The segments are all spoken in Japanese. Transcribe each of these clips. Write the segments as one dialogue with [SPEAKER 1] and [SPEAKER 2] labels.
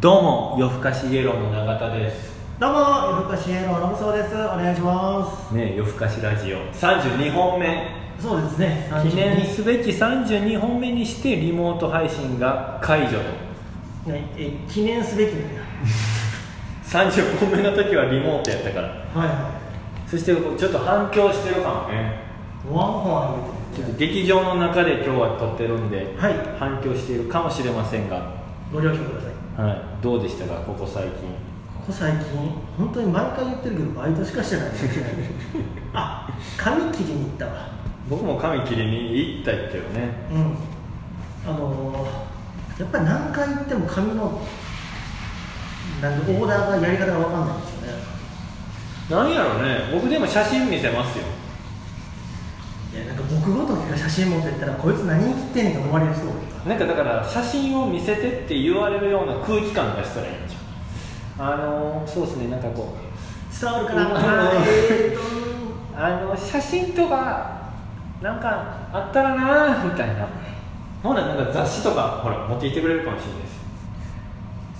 [SPEAKER 1] どうも夜更かしイエローの永田です
[SPEAKER 2] どうも、夜更かしイエローのむそうです。お願いしま
[SPEAKER 1] ねえ夜更かしラジオ32本目
[SPEAKER 2] す。そうですね。
[SPEAKER 1] 記念
[SPEAKER 2] 32
[SPEAKER 1] すべき32本目にしてリモート配信が解除と
[SPEAKER 2] ねえ記念すべきだよ。
[SPEAKER 1] 30本目の時はリモートやったから
[SPEAKER 2] はいはい。
[SPEAKER 1] そしてちょっと反響してるかもね
[SPEAKER 2] ワンワン
[SPEAKER 1] ち
[SPEAKER 2] 言
[SPEAKER 1] ょっ
[SPEAKER 2] う
[SPEAKER 1] と劇場の中で今日は撮ってるんで
[SPEAKER 2] て。はい。
[SPEAKER 1] 反響しているかもしれませんが、
[SPEAKER 2] ご了承ください。こ
[SPEAKER 1] はい、どうでしたかここ最近
[SPEAKER 2] こ最近、本当に毎回言ってるけど、バイトしかしてない。 あ、髪切りに行ったわ。
[SPEAKER 1] 僕も髪切りに行ったけどね
[SPEAKER 2] うん。あのー、やっぱり何回行っても髪の。なんかオーダーがやり方がわかんないんですよね。
[SPEAKER 1] なんやろね僕でも写真見せますよ
[SPEAKER 2] いや、なんか僕ごときが写真持ってったら、こいつ何切ってんねんって思われるそう。
[SPEAKER 1] なんかだから写真を見せてって言われるような空気感がしたらいいんじゃんあのそうですねなんかこ
[SPEAKER 2] 伝わるか
[SPEAKER 1] うん
[SPEAKER 2] な。えー
[SPEAKER 1] う
[SPEAKER 2] と
[SPEAKER 1] あの写真とかなんかあったらなみたいなほななんか雑誌とかほら持って行ってくれるかもしれないです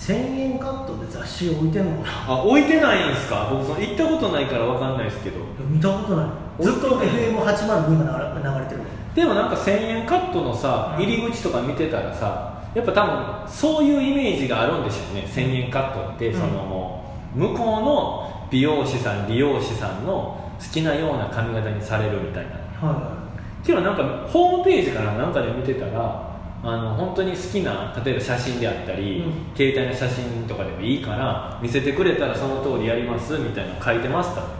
[SPEAKER 2] 1000円カットで雑誌置いてんのかな
[SPEAKER 1] あ置いてないんですか僕その行ったことないからわかんないですけど
[SPEAKER 2] 見たことないずっと
[SPEAKER 1] 置いて
[SPEAKER 2] FM802 が流れ流れてる
[SPEAKER 1] でもなんか1000円カットのさ入り口とか見てたらさやっぱ多分そういうイメージがあるんでしょうね1000円カットって
[SPEAKER 2] うん
[SPEAKER 1] そのもう向こうの美容師さん理容師さんの好きなような髪型にされるみたいな
[SPEAKER 2] は
[SPEAKER 1] けどなんかホームページからなんかで見てたらあの本当に好きな例えば写真であったり、
[SPEAKER 2] うん
[SPEAKER 1] 携帯の写真とかでもいいから見せてくれたらその通りやりますみたいなの書いてましたからね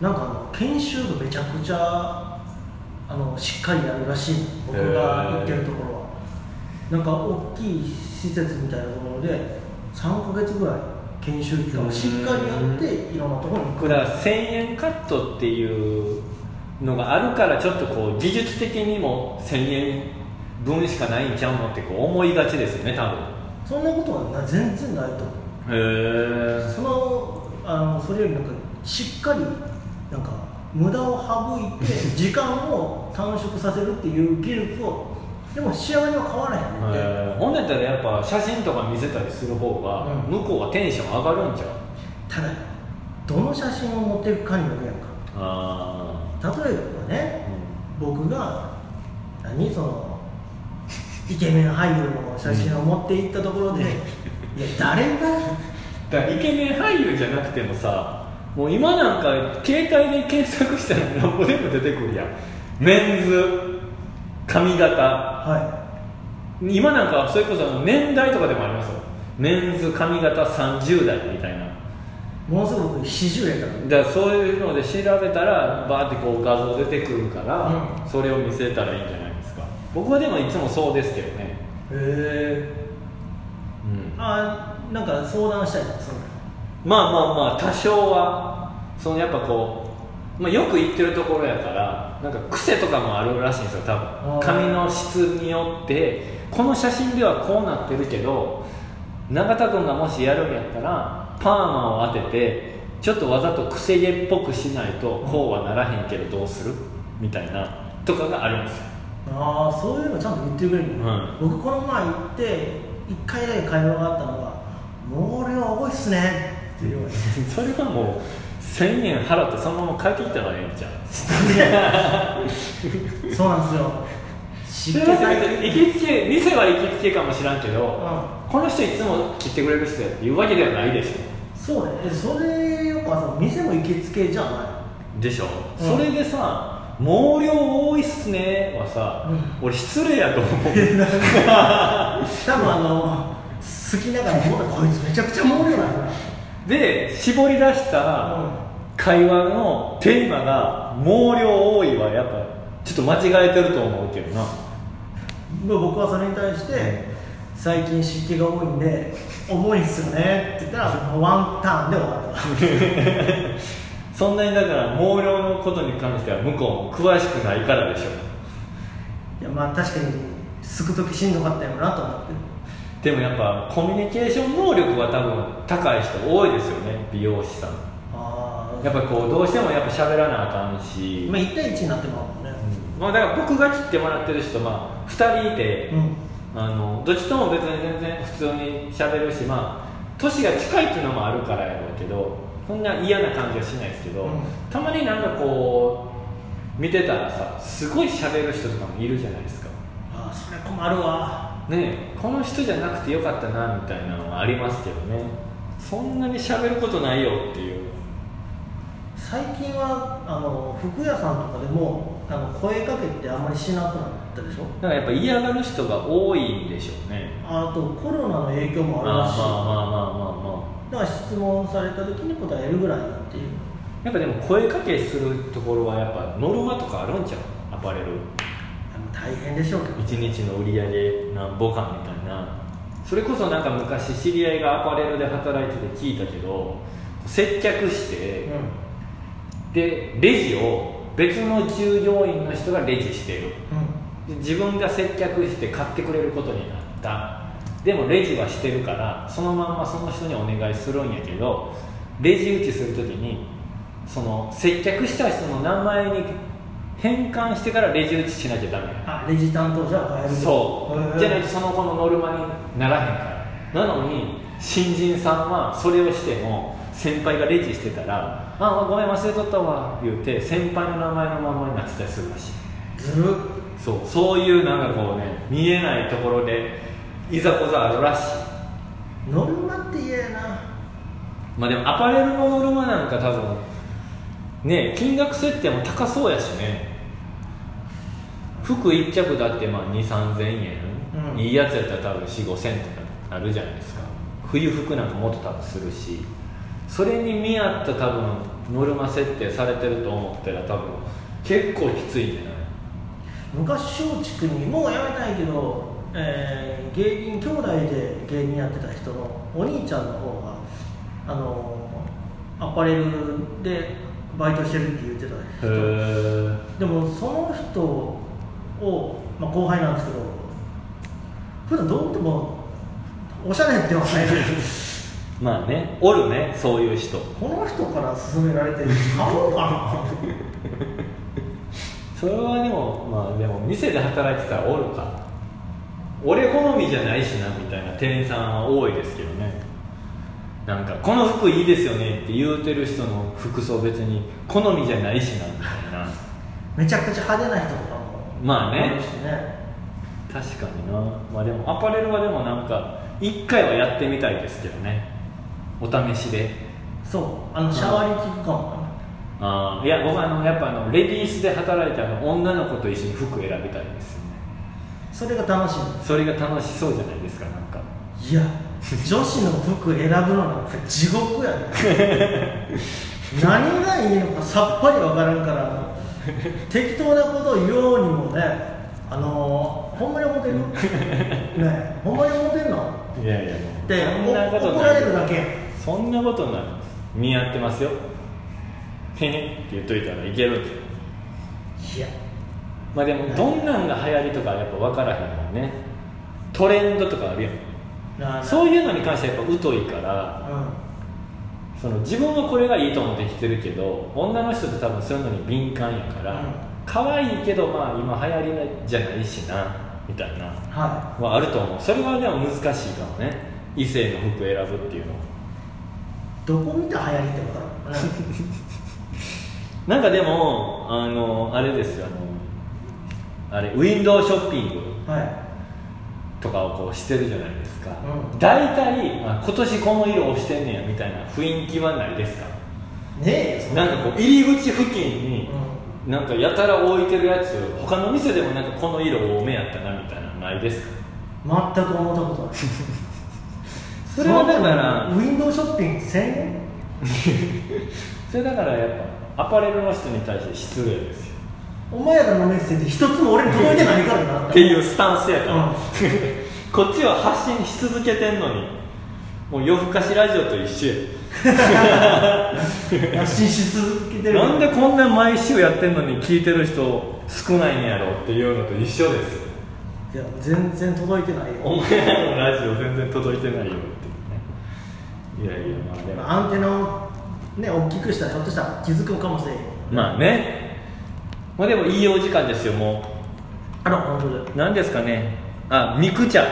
[SPEAKER 2] いなんかあの研修がめちゃくちゃあのしっかりやるらしいの僕
[SPEAKER 1] へ
[SPEAKER 2] が
[SPEAKER 1] ー
[SPEAKER 2] 行ってるところはなんか大きい施設みたいなところで3ヶ月ぐらい研修期間をしっかりやっていろんなところに行く
[SPEAKER 1] 僕ら1000円カットっていうのがあるからちょっとこう技術的にも1000円分しかないんちゃうのってこう思いがちですよね多
[SPEAKER 2] そんなことはな全然ないと思う
[SPEAKER 1] 分へ
[SPEAKER 2] そのあのそれよりなんかしっかりなんか無駄を省いて時間を短縮させるっていう技術をでも仕上がりは変わらへんので、
[SPEAKER 1] えほんだったらやっぱ写真とか見せたりする方が
[SPEAKER 2] うん
[SPEAKER 1] 向こうはテンション上がるんちゃう
[SPEAKER 2] ただどの写真を持っていくかによるやん
[SPEAKER 1] あ
[SPEAKER 2] か例えば
[SPEAKER 1] あ
[SPEAKER 2] ね僕が何そのイケメン俳優の写真を持っていったところで、いや誰が
[SPEAKER 1] だからイケメン俳優じゃなくてもさもう今なんか携帯で検索したら何ぼでも出てくるやんメンズ髪型
[SPEAKER 2] は
[SPEAKER 1] 今なんかそれこそあの年代とかでもありますよメンズ髪型30代みたいない
[SPEAKER 2] ものすごく40やから
[SPEAKER 1] だからそういうので調べたらバーってこう画像出てくるから、
[SPEAKER 2] う
[SPEAKER 1] それを見せたらいいんじゃないですか僕はでもいつもそうですけどね
[SPEAKER 2] へえ
[SPEAKER 1] うん
[SPEAKER 2] あーなんか相談したりとかするの
[SPEAKER 1] まあまあまあ多少はそのやっぱこう、まあ、よく行ってるところやからなんか癖とかもあるらしいんですよ多分
[SPEAKER 2] ー
[SPEAKER 1] 髪の質によってこの写真ではこうなってるけど永田君がもしやるんやったらパーマを当ててちょっとわざと癖毛っぽくしないとこうはならへんけどどうするみたいなとかがあるんですよ
[SPEAKER 2] ああそういうのちゃんと言ってくれるの、
[SPEAKER 1] は
[SPEAKER 2] 僕この前行って一回だけ会話があったのが「もう俺は多いっすね」って言われて
[SPEAKER 1] それはもう1000円払ってそのまま帰ってきたらええんちゃう
[SPEAKER 2] そうなんです
[SPEAKER 1] 知
[SPEAKER 2] よ
[SPEAKER 1] っ
[SPEAKER 2] 知っ
[SPEAKER 1] る
[SPEAKER 2] ててた
[SPEAKER 1] 行きつけ店は行きつけかもしらんけど、
[SPEAKER 2] う
[SPEAKER 1] この人いつも切ってくれる人やっていうわけではないでし
[SPEAKER 2] そうねえそれよくはその店の行きつけじゃない
[SPEAKER 1] ょでしょ、
[SPEAKER 2] うん
[SPEAKER 1] それでさ「毛量多いっすね」はさ、
[SPEAKER 2] う
[SPEAKER 1] 俺失礼やと思う
[SPEAKER 2] 多分あの好きながらもうこいつめちゃくちゃ毛量だな
[SPEAKER 1] で絞り出した会話のテーマが「毛量多い」はやっぱちょっと間違えてると思うけどな
[SPEAKER 2] まあ僕はそれに対して最近湿気が多いんで重いっすよねって言ったらワンターンで終わった
[SPEAKER 1] そんなにだから毛量のことに関しては向こうも詳しくないからでしょ
[SPEAKER 2] いやまあ確かにすく時しんどかったよなと思って
[SPEAKER 1] でもやっぱコミュニケーション能力は多分高い人多いですよね美容師さん
[SPEAKER 2] あ
[SPEAKER 1] やっぱこうどうしてもやっぱ喋らなあかんし、
[SPEAKER 2] 今1対1になってもらうもんね
[SPEAKER 1] まあ、だから僕が切ってもらってる人、まあ、2人いて、
[SPEAKER 2] うん
[SPEAKER 1] あのどっちとも別に全然普通に喋るしまあ年が近いっていうのもあるからやろうけどそんな嫌な感じはしないですけど、
[SPEAKER 2] うん
[SPEAKER 1] たまになんかこう見てたらさすごい喋る人とかもいるじゃないですか
[SPEAKER 2] あーそれ困るわ
[SPEAKER 1] ねえこの人じゃなくてよかったなみたいなのはありますけどねそんなに喋ることないよっていう
[SPEAKER 2] 最近はあの服屋さんとかでもあの声かけってあんまりしなくなったでしょ
[SPEAKER 1] なんかやっぱ嫌がる人が多いんでしょうね
[SPEAKER 2] あとコロナの影響
[SPEAKER 1] ま
[SPEAKER 2] も
[SPEAKER 1] あまあまあ
[SPEAKER 2] あるらしい
[SPEAKER 1] まあまあまあ
[SPEAKER 2] だから質問された時に答えるぐらいっていう
[SPEAKER 1] やっぱでも声かけするところはやっぱノルマとかあるんちゃうアパレル
[SPEAKER 2] あの大変でしょうけど
[SPEAKER 1] 1日の売り上げなんぼかみたいなそれこそなんか昔知り合いがアパレルで働いてて聞いたけど接客して、
[SPEAKER 2] う
[SPEAKER 1] でレジを別の従業員の人がレジしてる
[SPEAKER 2] んうん
[SPEAKER 1] で自分が接客して買ってくれることになったでもレジはしてるからそのまんまその人にお願いするんやけどレジ打ちするときにその接客した人の名前に変換してからレジ打ちしなきゃダメ
[SPEAKER 2] あレジ担当者は変える
[SPEAKER 1] そうじゃないと
[SPEAKER 2] す
[SPEAKER 1] その子のノルマにならへんからなのに新人さんはそれをしても先輩がレジしてたら「あごめん忘れとったわ」言うて先輩の名前のままになってたりするらしい
[SPEAKER 2] ずるっ
[SPEAKER 1] そうそういうなんかこうね見えないところでいざこざあるらしい
[SPEAKER 2] ノルマって嫌やな
[SPEAKER 1] まあでもアパレルのノルマなんか多分ね金額設定も高そうやしね服1着だってまあ2 3 0 0 0円、
[SPEAKER 2] うん
[SPEAKER 1] いいやつやったら多分4 5千とかなるじゃないですか冬服なんかもっと多分するしそれに見合った多分ノルマ設定されてると思ったら多分結構きついんじゃない
[SPEAKER 2] 昔松竹にもうやめたいけど、えー芸人兄弟で芸人やってた人のお兄ちゃんの方があのーアパレルでバイトしてるって言ってた
[SPEAKER 1] へー
[SPEAKER 2] でもその人を、まあ、後輩なんですけど普段どうでもおしゃれってはない
[SPEAKER 1] まあねおるねそういう人
[SPEAKER 2] この人から勧められて買おうか
[SPEAKER 1] それはでもまあでも店で働いてたらおるか俺好みじゃないしなみたいな店員さんは多いですけどねなんか「この服いいですよね」って言うてる人の服装別に好みじゃないしなみたいな
[SPEAKER 2] なめちゃくちゃ派手な人とかも
[SPEAKER 1] まあね
[SPEAKER 2] いるしね
[SPEAKER 1] 確かになまあでもアパレルはでもなんか一回はやってみたいですけどねお試しで
[SPEAKER 2] そうあのシャワリ効くかも、
[SPEAKER 1] あーいや僕はあのやっぱあのレディースで働いてあの女の子と一緒に服選びたいですよね
[SPEAKER 2] それが楽しいんで
[SPEAKER 1] それが楽しそうじゃないですかなんか
[SPEAKER 2] すいや女子の服選ぶのなんか地獄やね 何がいいのかさっぱり分からんから適当なことを言おうにもねあのー、ほんまに 思ってるねえほんまに思ってんの
[SPEAKER 1] いやいやもう
[SPEAKER 2] で
[SPEAKER 1] そんなこと
[SPEAKER 2] お怒
[SPEAKER 1] な
[SPEAKER 2] ら
[SPEAKER 1] い
[SPEAKER 2] れるだけやん
[SPEAKER 1] そんなことない見合ってますよへへって言っといたらいけるんじゃん
[SPEAKER 2] いや
[SPEAKER 1] まあでもどんなんが流行りとかやっぱ分からへんもんねトレンドとかあるやん
[SPEAKER 2] な
[SPEAKER 1] そういうのに関してはやっぱ疎いから
[SPEAKER 2] う
[SPEAKER 1] その自分はこれがいいと思ってきてるけど女の人って多分そういうのに敏感やから、
[SPEAKER 2] うん
[SPEAKER 1] 可愛いけどまあ今流行りじゃないしなみたいなん
[SPEAKER 2] は
[SPEAKER 1] はあると思うそれはでも難しいかもね異性の服選ぶっていうのは。
[SPEAKER 2] いどこ見て流行りって分からん、ね、
[SPEAKER 1] なんかでもあのあれですよあのあれウィンドウショッピング
[SPEAKER 2] はい
[SPEAKER 1] とかをこうしてるじゃないですか、
[SPEAKER 2] うん
[SPEAKER 1] 大体、あ、今年この色をしてんねやみたいな雰囲気はないですか
[SPEAKER 2] ねえよそん
[SPEAKER 1] なんかこう入り口付近に
[SPEAKER 2] う
[SPEAKER 1] なんかやたら置いてるやつ他の店でもなんかこの色多めやったなみたいなのないですか
[SPEAKER 2] ん、全く思ったことない
[SPEAKER 1] それはだから
[SPEAKER 2] ウィンドウショッピング1000円
[SPEAKER 1] それだからやっぱアパレルの人に対して失礼ですよ
[SPEAKER 2] お前らのメッセージ一つも俺に届いてないからな
[SPEAKER 1] っていうスタンスやから、
[SPEAKER 2] うん
[SPEAKER 1] こっちは発信し続けてんのにもう夜更かしラジオと一緒
[SPEAKER 2] 発信し続けて
[SPEAKER 1] や
[SPEAKER 2] る
[SPEAKER 1] なんでこんな毎週やってんのに聞いてる人少ないんやろっていうのと一緒ですよ
[SPEAKER 2] いや全然届いてない
[SPEAKER 1] お
[SPEAKER 2] よ
[SPEAKER 1] 前らのラジオ全然届いてないよっていうねいやいやまあでも
[SPEAKER 2] アンテナをね大きくしたらひょっとしたら気づくかもしれん
[SPEAKER 1] まあねまあでもいいお時間ですよも
[SPEAKER 2] あら本当だ
[SPEAKER 1] う何ですかねあミクチャ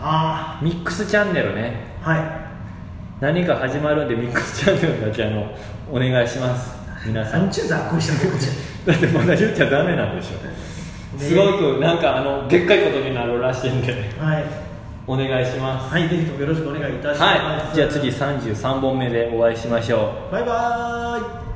[SPEAKER 2] あ
[SPEAKER 1] ミックスチャンネルね
[SPEAKER 2] あはい
[SPEAKER 1] 何か始まるんでミックスチャンネルだけあのお願いします皆さん
[SPEAKER 2] 何ちゅうざっくりしたのこっち
[SPEAKER 1] だってまだ言っちゃダメなんでしょすごくなんかあのでっかいことになるらしいんで
[SPEAKER 2] はい、
[SPEAKER 1] お願いします
[SPEAKER 2] はい、ぜひともよろしくお願いいたします、
[SPEAKER 1] はいじゃあ次33本目でお会いしましょう
[SPEAKER 2] バイバーイ